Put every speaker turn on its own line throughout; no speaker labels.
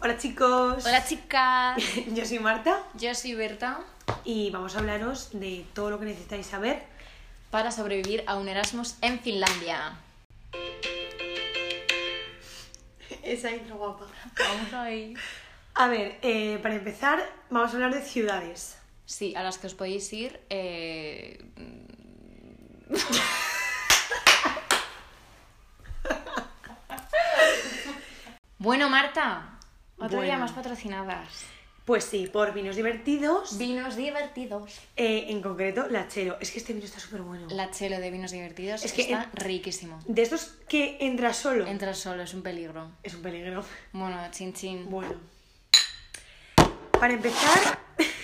Hola chicos.
Hola chicas,
Yo soy Marta
yo soy Berta
y vamos a hablaros de todo lo que necesitáis saber.
para sobrevivir a un Erasmus en Finlandia.
Esa intro guapa.
Vamos ahí.
A ver, eh, para empezar vamos a hablar de ciudades.
Sí, a las que os podéis ir. eh, bueno, Marta, otro día
Bueno.
más patrocinadas.
Pues sí, por vinos divertidos.
Vinos divertidos.
eh, en concreto, la Chelo. Es que este vino está súper bueno.
La chelo de vinos divertidos
Es que
está
en-
riquísimo.
De estos que entra solo.
Entra solo, es un peligro.
Es un peligro.
Bueno, chin chin.
Bueno. Para empezar,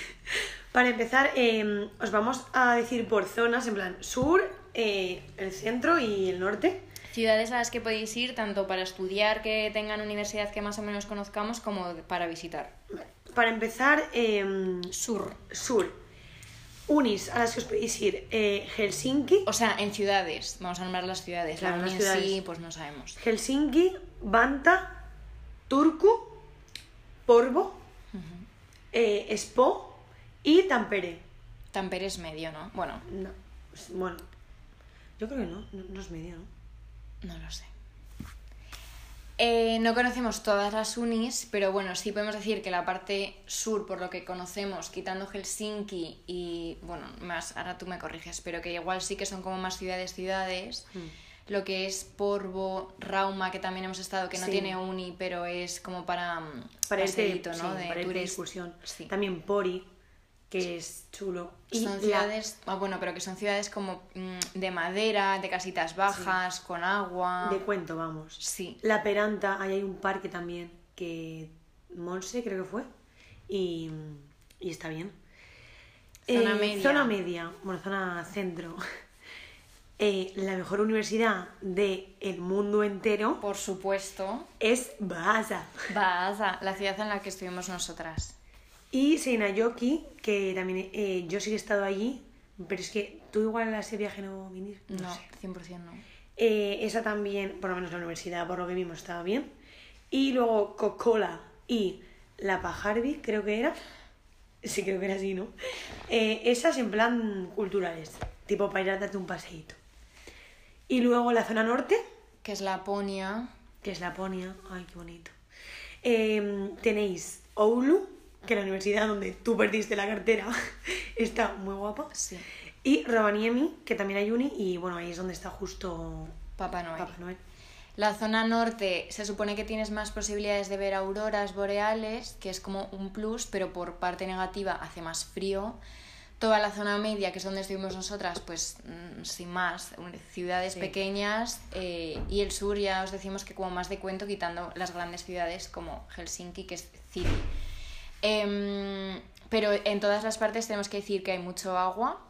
para empezar, eh, os vamos a decir por zonas, en plan sur, eh, el centro y el norte.
Ciudades a las que podéis ir tanto para estudiar que tengan universidad que más o menos conozcamos como para visitar.
Para empezar, eh,
Sur.
sur. Unis a las que os podéis ir. eh, Helsinki,
O sea, en ciudades. Vamos a nombrar las ciudades.
Claro,
la
las
uni en
ciudades.
sí, pues no sabemos.
Helsinki, Vanta, Turku, Porvo, eh, Espoo y Tampere.
Tampere es medio, ¿no? Bueno,
No, es- bueno, yo creo que no, no, no es medio, ¿no?
no lo sé. Eh, no conocemos todas las unis, pero bueno, sí podemos decir que la parte sur, por lo que conocemos, quitando Helsinki y, bueno, más, ahora tú me corriges, pero que igual sí que son como más ciudades, ciudades. Lo que es Porvo, Rauma, que también hemos estado, que no
Sí.
tiene uni, pero es como para... mm,
Para irte,
paseíto,
sí,
¿no? De
para irte de
turista.
excursión.
Sí.
También Pori, que es chulo. Y
son
la-
ciudades, ah, bueno, pero que son ciudades como mm, de madera, de casitas bajas, con agua.
de cuento, vamos.
Sí.
La Peranta, ahí hay un parque también, que Monse creo que fue, y, y está bien. Eh,
Zona media.
Zona media, bueno, zona centro. Eh, la mejor universidad del mundo entero
Por supuesto,
es Vaasa.
Vaasa, la ciudad en la que estuvimos nosotras.
Y Seinayoki, que también eh, yo sí que he estado allí, pero es que tú igual a ese viaje no viniste.
No,
sé.
100% no.
Eh, esa también, por lo menos la universidad, por lo que vimos, estaba bien. Y luego Coca-Cola y la Pajarvi, creo que era. Sí, creo que era así, ¿no? Eh, esas en plan culturales, tipo para ir a darte un paseíto. Y luego la zona norte,
Que es Laponia.
que es Laponia. Ay, qué bonito. Eh, tenéis Oulu, que la universidad donde tú perdiste la cartera está muy guapa.
Sí.
Y Rovaniemi, que también hay uni, y bueno, ahí es donde está justo
Papá Noel.
Papá Noel.
La zona norte se supone que tienes más posibilidades de ver auroras boreales, que es como un plus, pero por parte negativa hace más frío. Toda la zona media, que es donde estuvimos nosotras, pues mm, sin más, un- ciudades
Sí.
pequeñas. eh, y el sur ya os decimos que como más de cuento, quitando las grandes ciudades como Helsinki, que es City. Em, pero en todas las partes tenemos que decir que hay mucho agua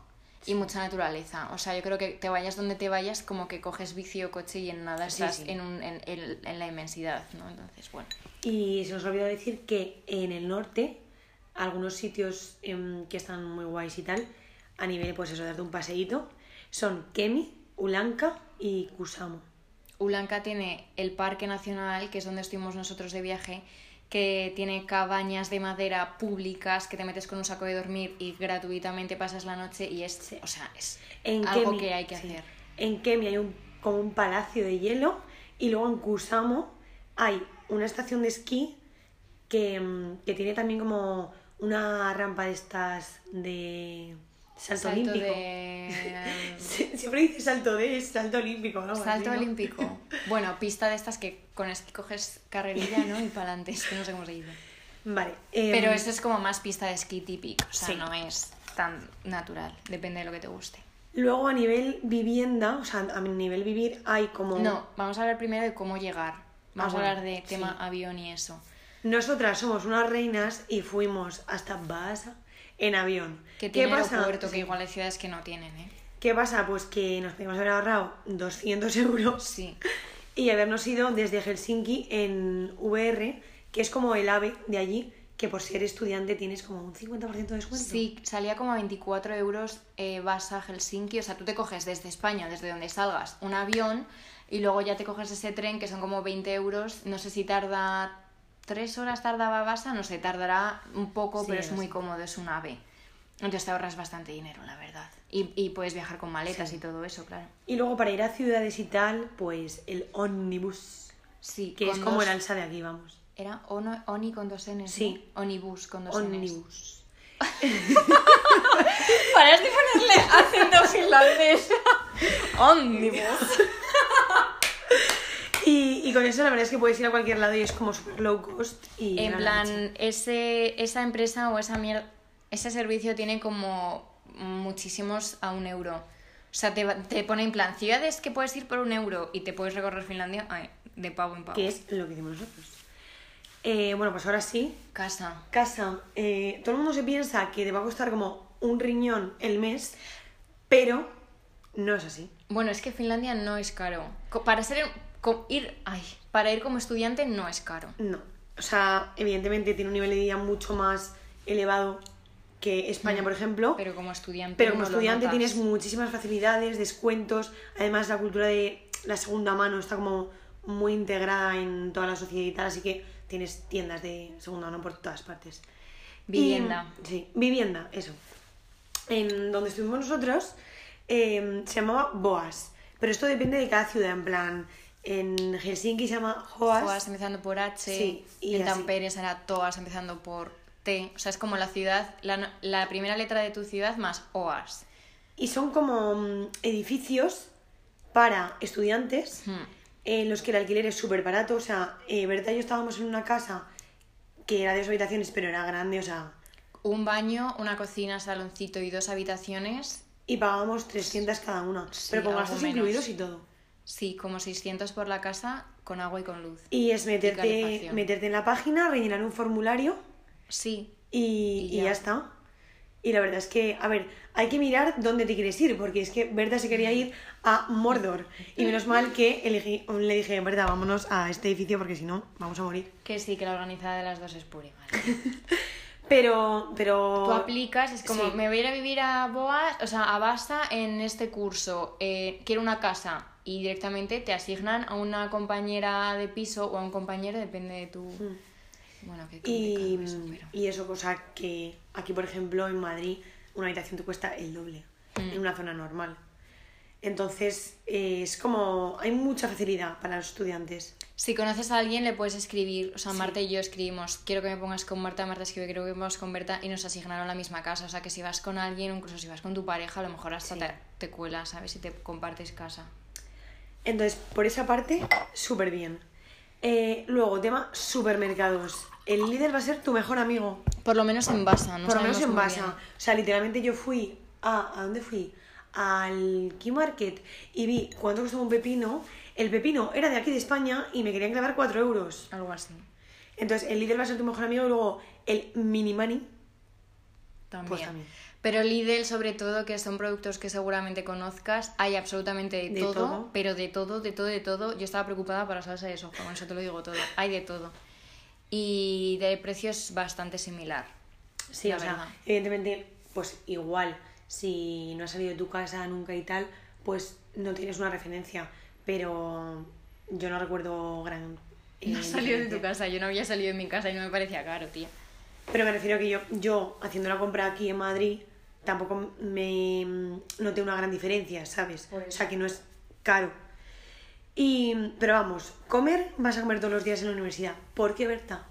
y mucha naturaleza. O sea, yo creo que te vayas donde te vayas, como que coges bici o coche y en nada
Sí,
estás
sí.
En, un- en- en- en la inmensidad, ¿no? Entonces, bueno.
Y se nos olvidó decir que en el norte, algunos sitios em, que están muy guays y tal, a nivel, pues eso, darte un paseíto, son Kemi, Ulanka y Kusamo.
Ulanca tiene el Parque Nacional, que es donde estuvimos nosotros de viaje, que tiene cabañas de madera públicas que te metes con un saco de dormir y gratuitamente pasas la noche y es, o sea, es
En
algo
Kemi-
que hay que
sí.
hacer.
En Kemi hay un, como un palacio de hielo y luego en Kusamo hay una estación de esquí que, em, que tiene también como una rampa de estas de salto,
Salto
olímpico.
de
Sie- Siempre dice salto de, es salto olímpico. ¿no?
Salto
Así, ¿no?
olímpico. Bueno, pista de estas que con esquí coges carrerilla, ¿no? Y para adelante, no sé cómo se dice.
Vale. em,
Pero eso es como más pista de esquí típico, o sea,
Sí.
no es tan natural, depende de lo que te guste.
Luego a nivel vivienda, o sea, a nivel vivir hay como...
No, vamos a hablar primero de cómo llegar. Vamos
bueno,
a hablar de tema
sí.
avión y eso.
Nosotras somos unas reinas y fuimos hasta Baasa en avión.
Que tiene
pasa?
aeropuerto, que
Sí.
igual hay ciudades que no tienen, ¿eh?
¿Qué pasa? Pues que nos podíamos haber ahorrado 200 euros
Sí.
y habernos ido desde Helsinki en VR, que es como el AVE de allí, que por ser estudiante tienes como un 50% de descuento.
Sí, salía como a 24 euros, eh, vas a Helsinki, o sea, tú te coges desde España, desde donde salgas, un avión y luego ya te coges ese tren que son como 20 euros, no sé si tarda tres horas tardaba Basa, no sé, tardará un poco,
Sí,
pero es
no
muy
sé.
cómodo, es un ave. Entonces te ahorras bastante dinero, la verdad. Y, y puedes viajar con maletas y todo eso, claro.
Y luego para ir a ciudades y tal, pues el ómnibus,
Sí,
que es
con
como
dos-
el alza de aquí, vamos.
Era ono- Oni con dos Ns.
Sí.
¿no? Onibus con dos Ns.
Ómnibus.
Paras de ponerle acento finlandés. Onibus.
Y, y con eso la verdad es que puedes ir a cualquier lado y es como super low cost y
En
la leche.
plan, ese, esa empresa o esa mierda, ese servicio tiene como muchísimos a un euro. O sea, te, va- te pone en plan, ciudades que puedes ir por un euro y te puedes recorrer Finlandia ay, de pavo en pavo.
que es lo que hicimos nosotros. Eh, bueno, pues ahora sí,
Casa.
casa. Eh, todo el mundo se piensa que te va a costar como un riñón el mes, pero no es así.
Bueno, es que Finlandia no es caro. Co- Para ser co- ir, ay, para ir como estudiante no es caro.
No. O sea, evidentemente tiene un nivel de vida mucho más elevado que
Mm.
España, por ejemplo.
Pero como estudiante.
Pero como
no lo
estudiante
notas.
tienes muchísimas facilidades, descuentos. Además, la cultura de la segunda mano está como muy integrada en toda la sociedad y tal, así que tienes tiendas de segunda mano por todas partes. Y-
Vivienda.
sí, vivienda, eso. En donde estuvimos nosotros eh, se llamaba Boas, pero esto depende de cada ciudad. En plan, en Helsinki se llama Hoas.
Joas empezando por H,
Sí, y
en
así.
Tampere será Toas empezando por T. O sea, es como la ciudad, la, no- la primera letra de tu ciudad más Oas.
Y son como mm, edificios para estudiantes
Hmm.
en Eh, los que el alquiler es súper barato. O sea, eh, Berta y yo estábamos en una casa que era de dos habitaciones, pero era grande, o sea,
Un baño, una cocina, saloncito y dos habitaciones.
y pagábamos 300 cada una,
Sí,
pero con
algo
gastos
menos.
incluidos y todo.
Sí, como 600 por la casa, con agua y con luz.
Y es meterte,
calefacción.
meterte en la página, rellenar un formulario
Sí,
y,
Y
y ya.
ya.
está. Y la verdad es que, a ver, hay que mirar dónde te quieres ir, porque es que Berta se quería ir a Mordor. Y menos mal que elegí- le dije, Berta, vámonos a este edificio porque si no, vamos a morir.
que sí, que la organizada de las dos es pura y mala.
Pero, pero...
Tú aplicas, es como,
Sí.
me voy a ir a vivir a Boas, o sea, a Basta en este curso, eh, quiero una casa y directamente te asignan a una compañera de piso o a un compañero, depende de tu... Bueno, qué
Y,
complicado eso, pero-
y eso, cosa que aquí, por ejemplo, en Madrid, una habitación te cuesta el doble
Mm.
en una zona normal. Entonces, eh, es como... Hay mucha facilidad para los estudiantes.
Si conoces a alguien, le puedes escribir. O sea, Marta y yo escribimos, quiero que me pongas con Marta, Marta escribe, quiero que me pongas con Berta, y nos asignaron la misma casa. O sea, que si vas con alguien, o incluso si vas con tu pareja, a lo mejor hasta
Sí.
te, te cuelas, ¿sabes? Y te compartes casa.
Entonces, por esa parte, súper bien. Eh, luego, tema supermercados. El líder va a ser tu mejor amigo.
Por lo menos en Basa, ¿no?
por lo menos en
sabemos muy
Basa.
bien.
O sea, literalmente yo fui a... ¿A dónde fui? Al Key Market y vi cuánto costaba un pepino. El pepino era de aquí de España y me querían clavar 4 euros.
Algo así.
Entonces, el líder va a ser tu mejor amigo y luego el mini money.
También.
Pues también.
Pero Lidl, sobre todo, que son productos que seguramente conozcas, hay absolutamente de,
De
todo,
todo.
pero de todo, de todo, de todo. Yo estaba preocupada para la salsa de soja, con eso te lo digo todo. Hay de todo. Y de precios bastante similar.
Sí,
La
o sea,
verdad.
evidentemente, pues igual, si no has salido de tu casa nunca y tal, pues no tienes una referencia. Pero yo no recuerdo gran. eh,
No has salido de tu
diferencia.
casa, yo no había salido de mi casa y no me parecía caro, tía.
Pero me refiero que yo, yo haciendo la compra aquí en Madrid, tampoco me mm, noté una gran diferencia, ¿sabes?
Por eso.
O sea, que no es caro. Y, pero vamos, comer vas a comer todos los días en la universidad. ¿Por qué, Berta?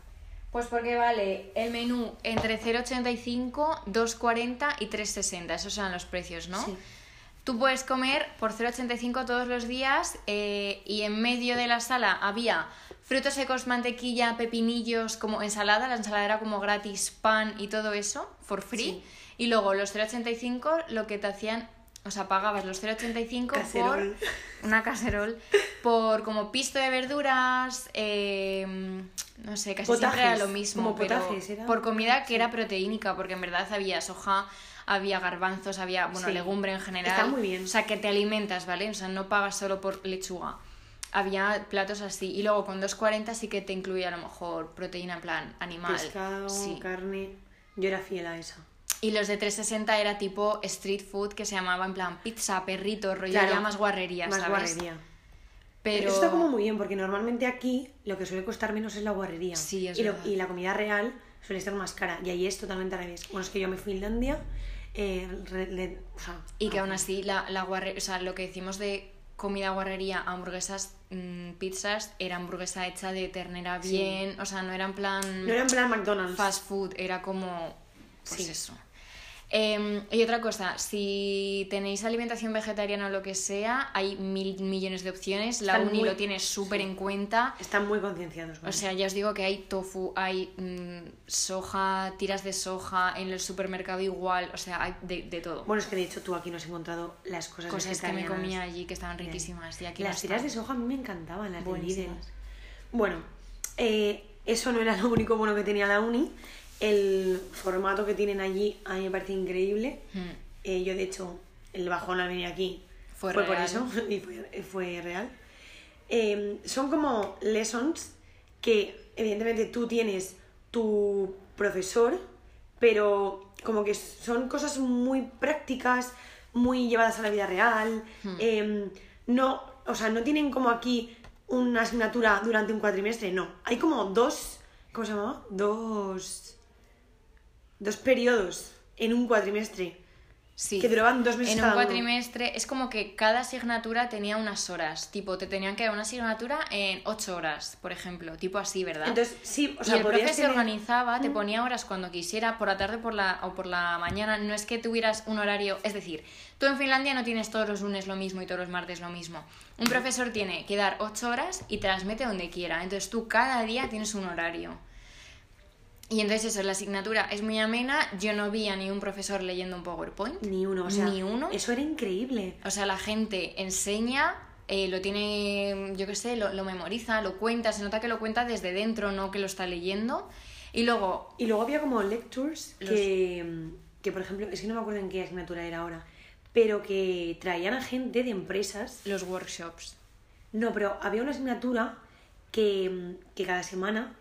Pues porque vale el menú entre 0,85, 2,40 y 3,60. Esos eran los precios, ¿no?
Sí.
Tú puedes comer por 0,85 todos los días eh, y en medio de la sala había frutos secos, mantequilla, pepinillos, como ensalada. La ensalada era como gratis, pan y todo eso, for free.
Sí.
Y luego los 0,85 lo que te hacían, o sea, pagabas los 0,85
Cacerol.
por una cacerol, por como pisto de verduras, eh, no sé, casi siempre era
Potajes,
lo mismo.
como
pero
potajes, era
Por comida que
sí.
era proteínica, porque en verdad había soja, había garbanzos, había, bueno,
Sí.
legumbre en general.
Está muy bien.
O sea, que te alimentas, ¿vale? O sea, no pagas solo por lechuga. Había platos así. Y luego con 2.40 sí que te incluía a lo mejor proteína en plan animal.
Pescado,
sí.
carne. Yo era fiel a esa.
Y los de 360 era tipo street food que se llamaba en plan pizza, perrito, rollo
Claro.
ya más guarrería,
Más
¿sabes?
guarrería.
Pero...
Eso está como muy bien, porque normalmente aquí lo que suele costar menos es la guarrería.
Sí, es
y, lo-
verdad.
y la comida real suele ser más cara. Y ahí es totalmente al revés. Bueno, es que yo me fui a Finlandia. eh, re- le- o sea,
Y que aún así, la, la guarre- o sea, lo que decimos de comida guarrería, hamburguesas, mm, pizzas, era hamburguesa hecha de ternera
Sí.
bien, o sea, no era en plan
No era en plan McDonald's.
fast food, era como... Pues
Sí.
eso. Em, y otra cosa, si tenéis alimentación vegetariana o lo que sea, hay mil millones de opciones. La
Están
uni
muy-
lo tiene súper
sí.
en cuenta.
Están muy concienciados. con
O
eso.
sea, ya os digo que hay tofu, hay mm, soja, tiras de soja, en el supermercado igual, o sea, hay de, de todo.
Bueno, es que de hecho tú aquí no has encontrado las cosas
Cosas que me
vegetarianas.
comía allí que estaban
Bien.
riquísimas. Y aquí
Las
no
tiras de
están.
soja a mí me encantaban, las de Lidl.
Buenísimas.
Bueno, eh, eso no era lo único bueno que tenía la uni. El formato que tienen allí a mí me parece increíble.
Mm.
Eh, yo, de hecho, el bajón al venir aquí
Fue
por
real.
eso y fue, fue real. Eh, son como lessons que, evidentemente, tú tienes tu profesor, pero como que son cosas muy prácticas, muy llevadas a la vida real.
Hmm.
Eh, no, o sea, no tienen como aquí una asignatura durante un cuatrimestre, no. Hay como dos, ¿cómo se llamaba? Dos dos periodos en un cuatrimestre.
Sí.
Que duraban dos meses
En
cada
un
uno.
cuatrimestre es como que cada asignatura tenía unas horas. Tipo, te tenían que dar una asignatura en ocho horas, por ejemplo. Tipo así, ¿verdad?
Entonces, sí, o sea,
y el profe
podrías
se
tener-
organizaba, te ponía horas cuando quisiera, por la tarde por la, o por la mañana. No es que tuvieras un horario. Es decir, tú en Finlandia no tienes todos los lunes lo mismo y todos los martes lo mismo. Un profesor tiene que dar ocho horas y te las mete donde quiera. Entonces tú cada día tienes un horario. Y entonces eso, la asignatura es muy amena. Yo no vi a ni un profesor leyendo un PowerPoint.
Ni uno, o sea,
Ni uno.
eso era increíble.
O sea, la gente enseña, eh, lo tiene, yo qué sé, lo, lo memoriza, lo cuenta, se nota que lo cuenta desde dentro, no que lo está leyendo. Y luego,
Y luego había como lectures
Los-
que, que, por ejemplo, es que no me acuerdo en qué asignatura era ahora, pero que traían a gente de empresas.
los workshops.
No, pero había una asignatura que, que cada semana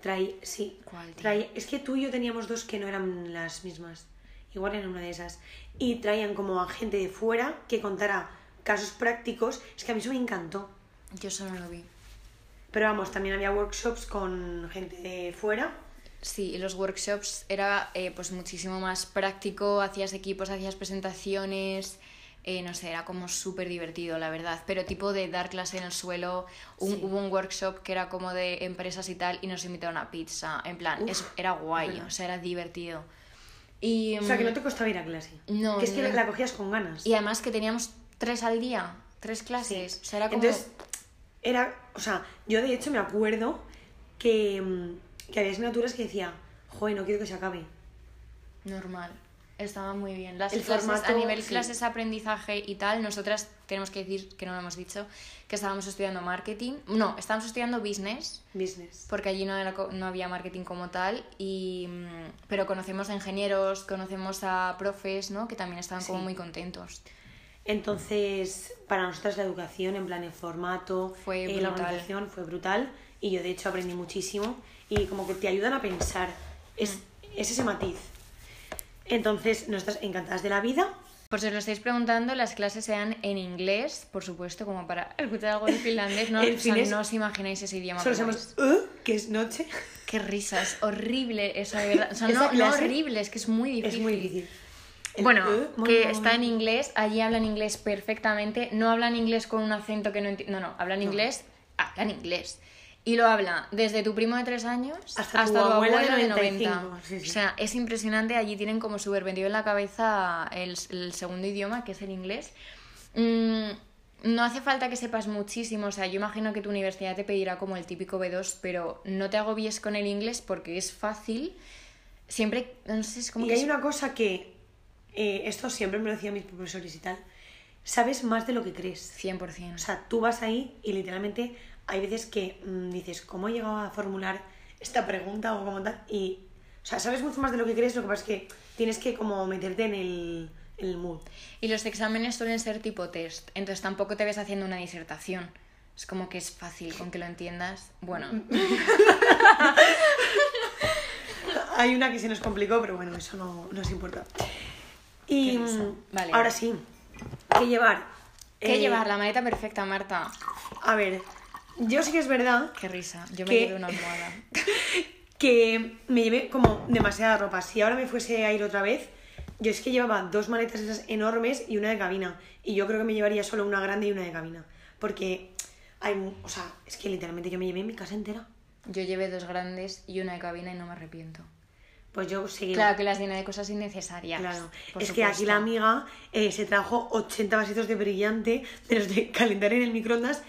traía... Sí,
¿Cuál, tío?
traía- es que tú y yo teníamos dos que no eran las mismas. Igual eran una de esas. Y traían como a gente de fuera que contara casos prácticos. Es que a mí eso me encantó.
Yo solo lo vi.
Pero vamos, también había workshops con gente de fuera.
Sí, y los workshops era eh, pues muchísimo más práctico, hacías equipos, hacías presentaciones, eh, no sé, era como súper divertido, la verdad. Pero tipo de dar clase en el suelo, un-
Sí.
hubo un workshop que era como de empresas y tal, y nos invitaron a pizza, en plan,
Uf,
es- era guay,
verdad.
o sea, era divertido. Y,
O sea, que no
mm,
te costaba ir a clase.
No,
Que es que
no.
la cogías con ganas.
y además que teníamos tres al día, tres clases, o sea, era como...
Entonces, era, o sea, yo de hecho me acuerdo que, mm, que había asignaturas que decía, joder, no quiero que se acabe.
Normal. Estaba muy bien. Las
El
clases, a
formato,
nivel
sí.
clases aprendizaje y tal, nosotras tenemos que decir, que no lo hemos dicho, que estábamos estudiando marketing. No, estábamos estudiando business,
Business.
porque allí no, era co- no había marketing como tal, y, mm, pero conocemos a ingenieros, conocemos a profes, ¿no? Que también estaban como
Sí.
muy contentos.
Entonces, para nosotras la educación, en plan el formato,
Fue
eh, la
brutal.
organización fue brutal. Y yo de hecho aprendí muchísimo. Y como que te ayudan a pensar. Es,
Mm.
es ese matiz. Entonces, nosotras encantadas de la vida.
Por si os lo estáis preguntando, las clases sean en inglés, por supuesto, como para escuchar algo de finlandés, ¿no?
El
O sea,
finés-
no os imagináis ese idioma.
Solo
pero
sabemos
es-
"Uh", que es noche.
Qué risas, horrible esa de verdad. O sea,
Esa
no, no
clase
horrible, es que es muy difícil.
Es muy difícil. El
Bueno,
"Uh", muy
que
mal.
está en inglés, allí hablan inglés perfectamente, no hablan inglés con un acento que no entiendo, no, no, hablan inglés, hablan inglés. Y lo habla desde tu primo de tres años
Hasta tu abuela de 95, sí, sí.
O sea, es impresionante, allí tienen como súper vendido en la cabeza el, el segundo idioma, que es el inglés. Mm, no hace falta que sepas muchísimo, o sea, yo imagino que tu universidad te pedirá como el típico B2, pero no te agobies con el inglés porque es fácil. Siempre, no sé, es como
Y
que
hay
es-
una cosa que. eh, esto siempre me lo decían mis profesores y tal. Sabes más de lo que crees.
100%.
O sea, tú vas ahí y literalmente hay veces que mm, dices, ¿cómo he llegado a formular esta pregunta o como tal? Y. O sea, sabes mucho más de lo que crees, lo que pasa es que tienes que como meterte en el, en el mood.
Y los exámenes suelen ser tipo test, entonces tampoco te ves haciendo una disertación. Es como que es fácil con que lo entiendas. Bueno,
Hay una que se nos complicó, pero bueno, eso no nos importa. Y
Qué risa.
mm,
Vale.
ahora sí, ¿qué llevar?
¿qué
Eh,
llevar? La maleta perfecta, Marta.
a ver, yo sí que es verdad
Qué risa. Yo me
¿Qué?
llevé una almohada.
que me llevé como demasiada ropa. Si ahora me fuese a ir otra vez, yo es que llevaba dos maletas esas enormes y una de cabina. Y yo creo que me llevaría solo una grande y una de cabina. Porque hay, mu- o sea, es que literalmente yo me llevé mi casa entera.
Yo llevé dos grandes y una de cabina y no me arrepiento.
Pues yo seguí.
Claro que las llené de cosas innecesarias.
Claro.
por
Es que aquí
supuesto.
la amiga eh, se trajo 80 vasitos de brillante de los de calentar en el microondas.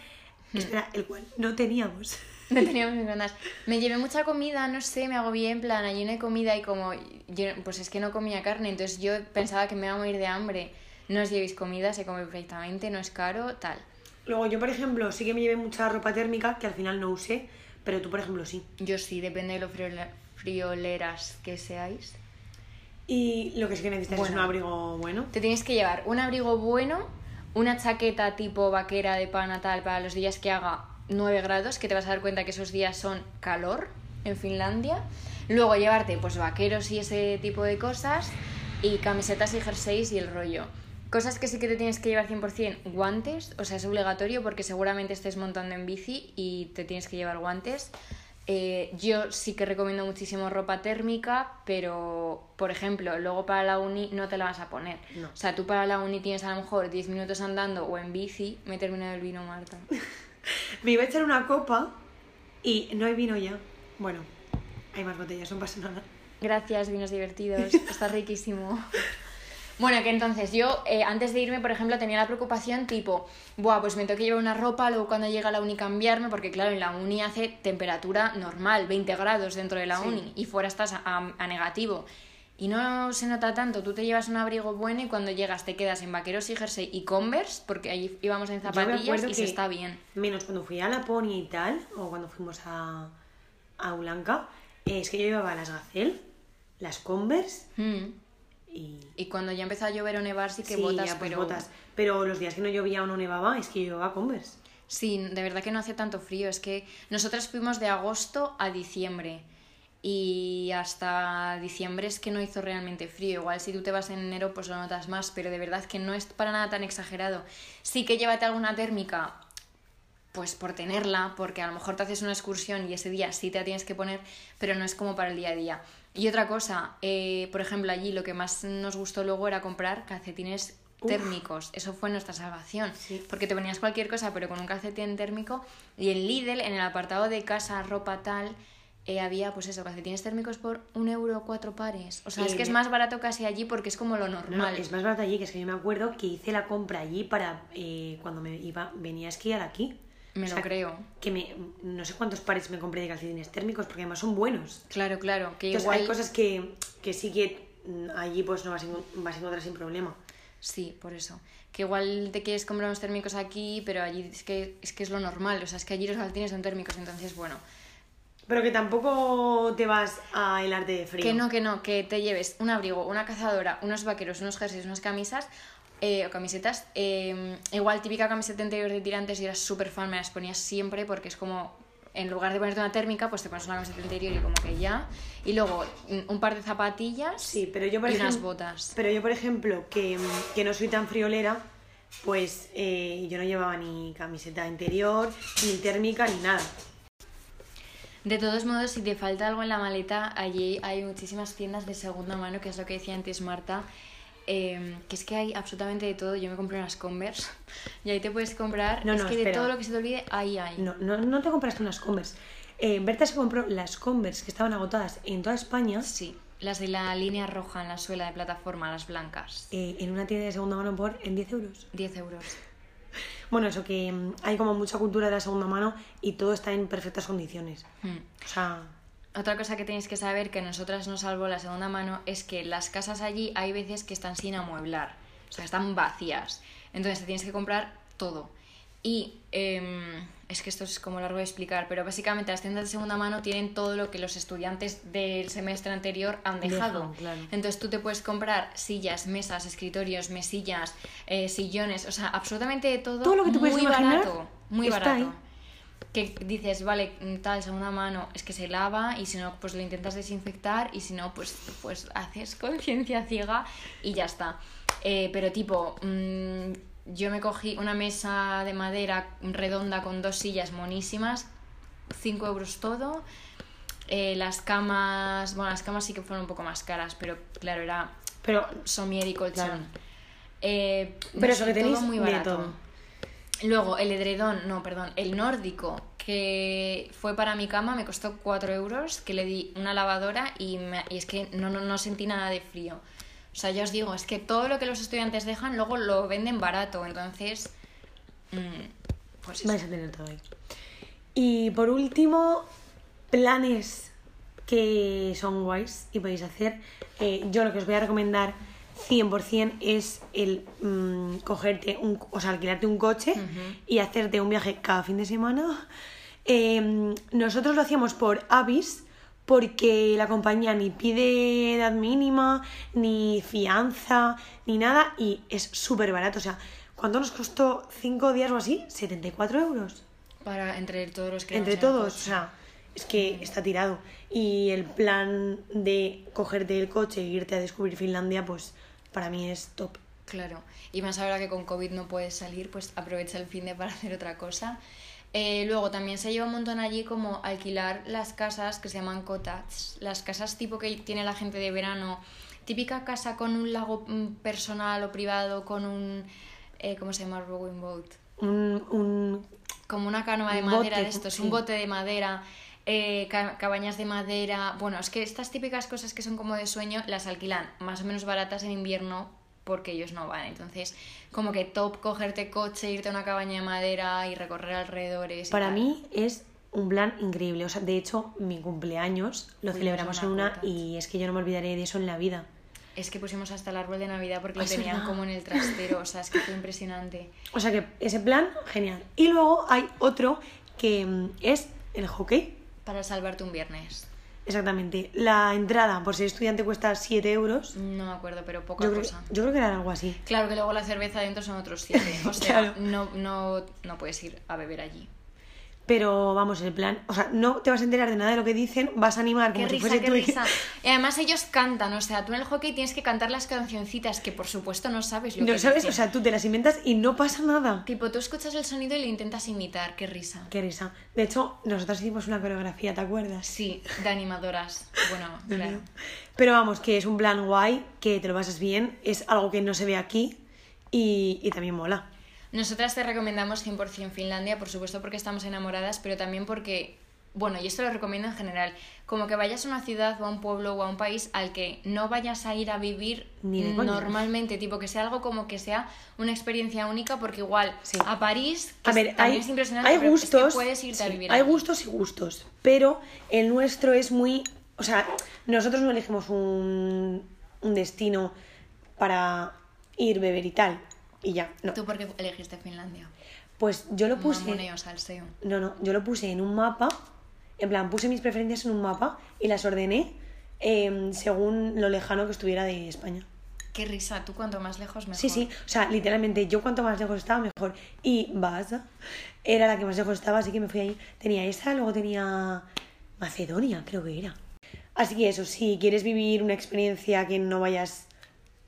Mm.
Espera, el cual no teníamos.
No teníamos microondas. Me llevé mucha comida, no sé, me agobié en plan ayuno de comida y como yo, pues es que no comía carne, entonces yo pensaba que me iba a morir de hambre. No os llevéis comida, se come perfectamente, no es caro, tal.
Luego yo, por ejemplo, sí que me llevé mucha ropa térmica que al final no usé, pero tú, por ejemplo, sí.
Yo sí, depende de lo friola- frioleras que seáis.
Y lo que sí que necesitas es
Bueno.
un abrigo bueno.
Te tienes que llevar un abrigo bueno, una chaqueta tipo vaquera de pana tal para los días que haga 9 grados, que te vas a dar cuenta que esos días son calor en Finlandia. Luego llevarte pues vaqueros y ese tipo de cosas y camisetas y jerseys y el rollo. Cosas que sí que te tienes que llevar 100%, guantes, o sea, es obligatorio porque seguramente estés montando en bici y te tienes que llevar guantes. Eh, yo sí que recomiendo muchísimo ropa térmica, pero por ejemplo, luego para la uni no te la vas a poner.
No.
O sea, tú para la uni tienes a lo mejor 10 minutos andando o en bici. Me he terminado el vino, Marta.
Me iba a echar una copa y no hay vino ya. Bueno, hay más botellas, no pasa nada.
Gracias, vinos divertidos. Está riquísimo. Bueno, que entonces yo eh, antes de irme, por ejemplo, tenía la preocupación tipo, buah, pues me tengo que llevar una ropa, luego cuando llega la uni cambiarme, porque claro, en la uni hace temperatura normal, 20 grados dentro de la
Sí.
uni, y fuera estás a, a- a negativo. Y no se nota tanto, tú te llevas un abrigo bueno y cuando llegas te quedas en vaqueros y jersey y converse, porque allí íbamos en
me
zapatillas y
acuerdo
se
que-
está bien.
Menos cuando fui a Laponia y tal, o cuando fuimos a, a Ulanca, eh, es que yo llevaba las Gacel, las Converse
Mm.
y...
Y cuando ya empezó a llover o nevar, sí que
sí,
botas,
ya, pues,
pero...
botas. Pero los días que no llovía o no nevaba, es que yo llevaba Converse.
Sí, de verdad que no hace tanto frío. Es que nosotras fuimos de agosto a diciembre. Y hasta diciembre es que no hizo realmente frío. Igual si tú te vas en enero, pues lo notas más. Pero de verdad que no es para nada tan exagerado. Sí que llévate alguna térmica, pues por tenerla, porque a lo mejor te haces una excursión y ese día sí te la tienes que poner, pero no es como para el día a día. Y otra cosa, eh, por ejemplo, allí lo que más nos gustó luego era comprar calcetines
Uf.
térmicos. Eso fue nuestra salvación.
Sí.
Porque te ponías cualquier cosa, pero con un calcetín térmico. Y en Lidl, en el apartado de casa, ropa tal, eh, había, pues eso, calcetines térmicos por un euro cuatro pares. O sea,
Y
es que
en
es
el-
más barato casi allí porque es como lo
No, Eh, no,
normal.
es más barato allí, que es que yo me acuerdo que hice la compra allí para eh, cuando me iba, venía a esquiar aquí.
Me
O
lo
sea,
creo.
Que me, no sé cuántos pares me compré de calcetines térmicos, porque además son buenos.
Claro, claro. Que
Entonces,
igual...
hay cosas que, que sí que mm, allí pues no vas a, encon- vas a encontrar sin problema.
Sí, por eso. Que igual te quieres comprar unos térmicos aquí, pero allí es que es, que es lo normal. O sea, es que allí los calcetines son térmicos, entonces, bueno.
Pero que tampoco te vas a helarte de frío.
Que no, que no, que te lleves un abrigo, una cazadora, unos vaqueros, unos jerseys, unas camisas eh, o camisetas. eh, igual típica camiseta interior de tirantes y eras súper fan, me las ponías siempre porque es como, en lugar de ponerte una térmica, pues te pones una camiseta interior y como que ya. Y luego mm, un par de zapatillas
Sí, pero yo por
y unas
ejem-
botas.
Pero yo, por ejemplo, que, mm, que no soy tan friolera, pues eh, yo no llevaba ni camiseta interior, ni térmica, ni nada.
De todos modos, si te falta algo en la maleta, allí hay muchísimas tiendas de segunda mano, que es lo que decía antes Marta, eh, que es que hay absolutamente de todo. Yo me compré unas Converse y ahí te puedes comprar.
No,
es
no,
que de
espera.
todo lo que se te olvide, ahí hay.
No, no, no te compraste unas Converse. Eh, Berta se compró las Converse que estaban agotadas en toda España
Sí, las de la línea roja en la suela de plataforma, las blancas.
eh, en una tienda de segunda mano por en 10 euros.
10 euros.
Bueno, eso que mm, hay como mucha cultura de la segunda mano y todo está en perfectas condiciones.
Hmm.
O sea,
Otra cosa que tenéis que saber que a nosotras nos salvó la segunda mano es que las casas allí hay veces que están sin amueblar, o sea, están vacías. Entonces te tienes que comprar todo. Y em, es que esto es como largo de explicar, pero básicamente las tiendas de segunda mano tienen todo lo que los estudiantes del semestre anterior han dejado.
Dejan, claro.
Entonces tú te puedes comprar sillas, mesas, escritorios, mesillas, eh, sillones, o sea, absolutamente de todo.
Todo lo que te puedes
muy
imaginar
barato, muy
está
barato
ahí.
que dices, vale, mm, tal, segunda mano, es que se lava y si no, pues lo intentas desinfectar y si no, pues, pues haces conciencia ciega y ya está. Eh, pero tipo, mm, yo me cogí una mesa de madera redonda con dos sillas monísimas, 5 euros todo. Eh, las camas, bueno, las camas sí que fueron un poco más caras, pero claro, era
Pero,
somier y colchón.
Claro.
Eh, no
pero
sé,
eso que
todo
tenéis,
muy
de
barato.
todo.
Luego, el edredón, no, perdón, el nórdico, que fue para mi cama, me costó 4 euros, que le di una lavadora y, me- y es que no, no, no sentí nada de frío. O sea, ya os digo, es que todo lo que los estudiantes dejan luego lo venden barato, entonces. mm, pues eso.
Vais a tener todo ahí. Y por último, planes que son guays y podéis hacer. Eh, yo lo que os voy a recomendar 100% es el mm, cogerte un, co- o sea, alquilarte un coche y hacerte un viaje cada fin de semana. Eh, nosotros lo hacíamos por Avis porque la compañía ni pide edad mínima, ni fianza, ni nada, y es súper barato. O sea, ¿cuánto nos costó cinco días o así? 74 euros.
Para entre todos los que
Entre
íbamos en el
todos, o
coche.
sea, es que está tirado. Y el plan de cogerte el coche e irte a descubrir Finlandia, pues para mí es top.
Claro, y más ahora que con COVID no puedes salir, pues aprovecha el fin de para hacer otra cosa. Eh, luego también se lleva un montón allí como alquilar las casas que se llaman cottage, las casas tipo que tiene la gente de verano, típica casa con un lago mm, personal o privado, con un, eh, ¿cómo se llama? Rowing boat,
Un, un-
como una canoa de
Un
madera
bote,
de estos,
sí.
un bote de madera, eh, ca- cabañas de madera. Bueno, es que estas típicas cosas que son como de sueño las alquilan más o menos baratas en invierno porque ellos no van. Entonces, como que top cogerte coche, irte a una cabaña de madera y recorrer alrededores. y
para
tal.
mí es un plan increíble. O sea, de hecho, mi cumpleaños lo
Fuimos a
celebramos en
una
una
cota.
y es que yo no me olvidaré de eso en la vida.
Es que pusimos hasta el árbol de Navidad porque lo
Es
tenían
verdad.
como en el trastero. O sea, es que fue impresionante.
O sea que ese plan, genial. Y luego hay otro que mm, es el hockey.
Para salvarte un viernes.
Exactamente. La entrada por ser estudiante cuesta 7 euros.
No me acuerdo, pero poca
Yo creo,
cosa.
yo creo que era algo así.
Claro que luego la cerveza adentro son otros siete. O
Claro.
sea, no, no, no puedes ir a beber allí.
Pero vamos, el plan, o sea, no te vas a enterar de nada de lo que dicen, vas a animar
Qué
como si
risa,
fuese
qué
tú y-
risa. Y además ellos cantan, o sea, tú en el hockey tienes que cantar las cancioncitas que por supuesto no sabes lo
No
que
sabes,
dicen.
o sea, tú te las inventas y no pasa nada.
tipo, tú escuchas el sonido y lo intentas imitar, qué risa.
Qué risa. De hecho, nosotros hicimos una coreografía, ¿te acuerdas?
Sí, de animadoras. Bueno,
Dios
claro.
mío. Pero vamos, que es un plan guay, que te lo pasas bien, es algo que no se ve aquí y, y también mola.
Nosotras te recomendamos 100% Finlandia, por supuesto porque estamos enamoradas, pero también porque, bueno, y esto lo recomiendo en general, como que vayas a una ciudad o a un pueblo o a un país al que no vayas a ir a vivir
Ni de coña.
normalmente, tipo que sea algo como que sea una experiencia única, porque igual
Sí.
a París, que
A
es-
ver,
también
hay,
es impresionante,
hay
pero es que
gustos.
puedes irte a
sí,
vivir
hay
allí.
gustos y gustos. Pero el nuestro es muy. O sea, nosotros no elegimos un, un destino para ir, beber y tal. Y ya, no.
¿Tú por qué elegiste Finlandia?
Pues yo lo puse.
Mamoneo, salseo.
No, no, yo lo puse en un mapa. En plan, puse mis preferencias en un mapa y las ordené em, según lo lejano que estuviera de España.
Qué risa, tú cuanto más lejos mejor.
Sí, sí, o sea, literalmente yo cuanto más lejos estaba, mejor. Y Baza era la que más lejos estaba, así que me fui ahí. Tenía esa, luego tenía Macedonia, creo que era. Así que eso, si quieres vivir una experiencia que no vayas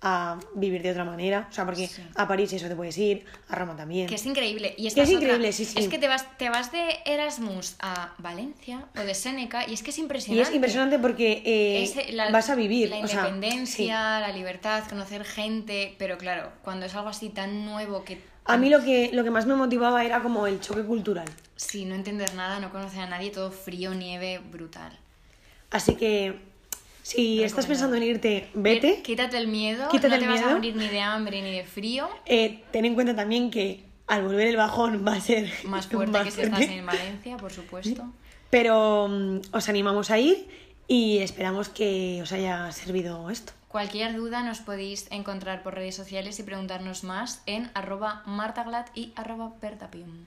a vivir de otra manera, o sea, porque
Sí.
a París eso te puedes ir, a Roma también.
Que es increíble. Y
Que
esta
es
otra.
increíble, sí, sí.
Es que te vas, te vas de Erasmus a Valencia o de Seneca y es que es
Y
impresionante.
es impresionante porque eh,
Es la-
vas a vivir.
La
o sea, sí.
independencia, la libertad, conocer gente, pero claro, cuando es algo así tan nuevo que...
A mí lo que, lo que más me motivaba era como el choque cultural.
Sí, no entender nada, no conocer a nadie, todo frío, nieve, brutal.
Así que si estás pensando en irte, vete.
Quítate el miedo,
Quítate
no
el
te vas
miedo.
a morir ni de hambre ni de frío.
Eh, ten en cuenta también que al volver el bajón va a ser
Más fuerte
más
que si estás
fuerte.
en Valencia, por supuesto.
Pero mm, os animamos a ir y esperamos que os haya servido esto.
Cualquier duda nos podéis encontrar por redes sociales y preguntarnos más en arroba martaglad y arroba bertapium.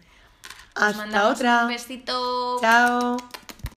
Os
Hasta
mandamos
otra.
Un besito.
Chao.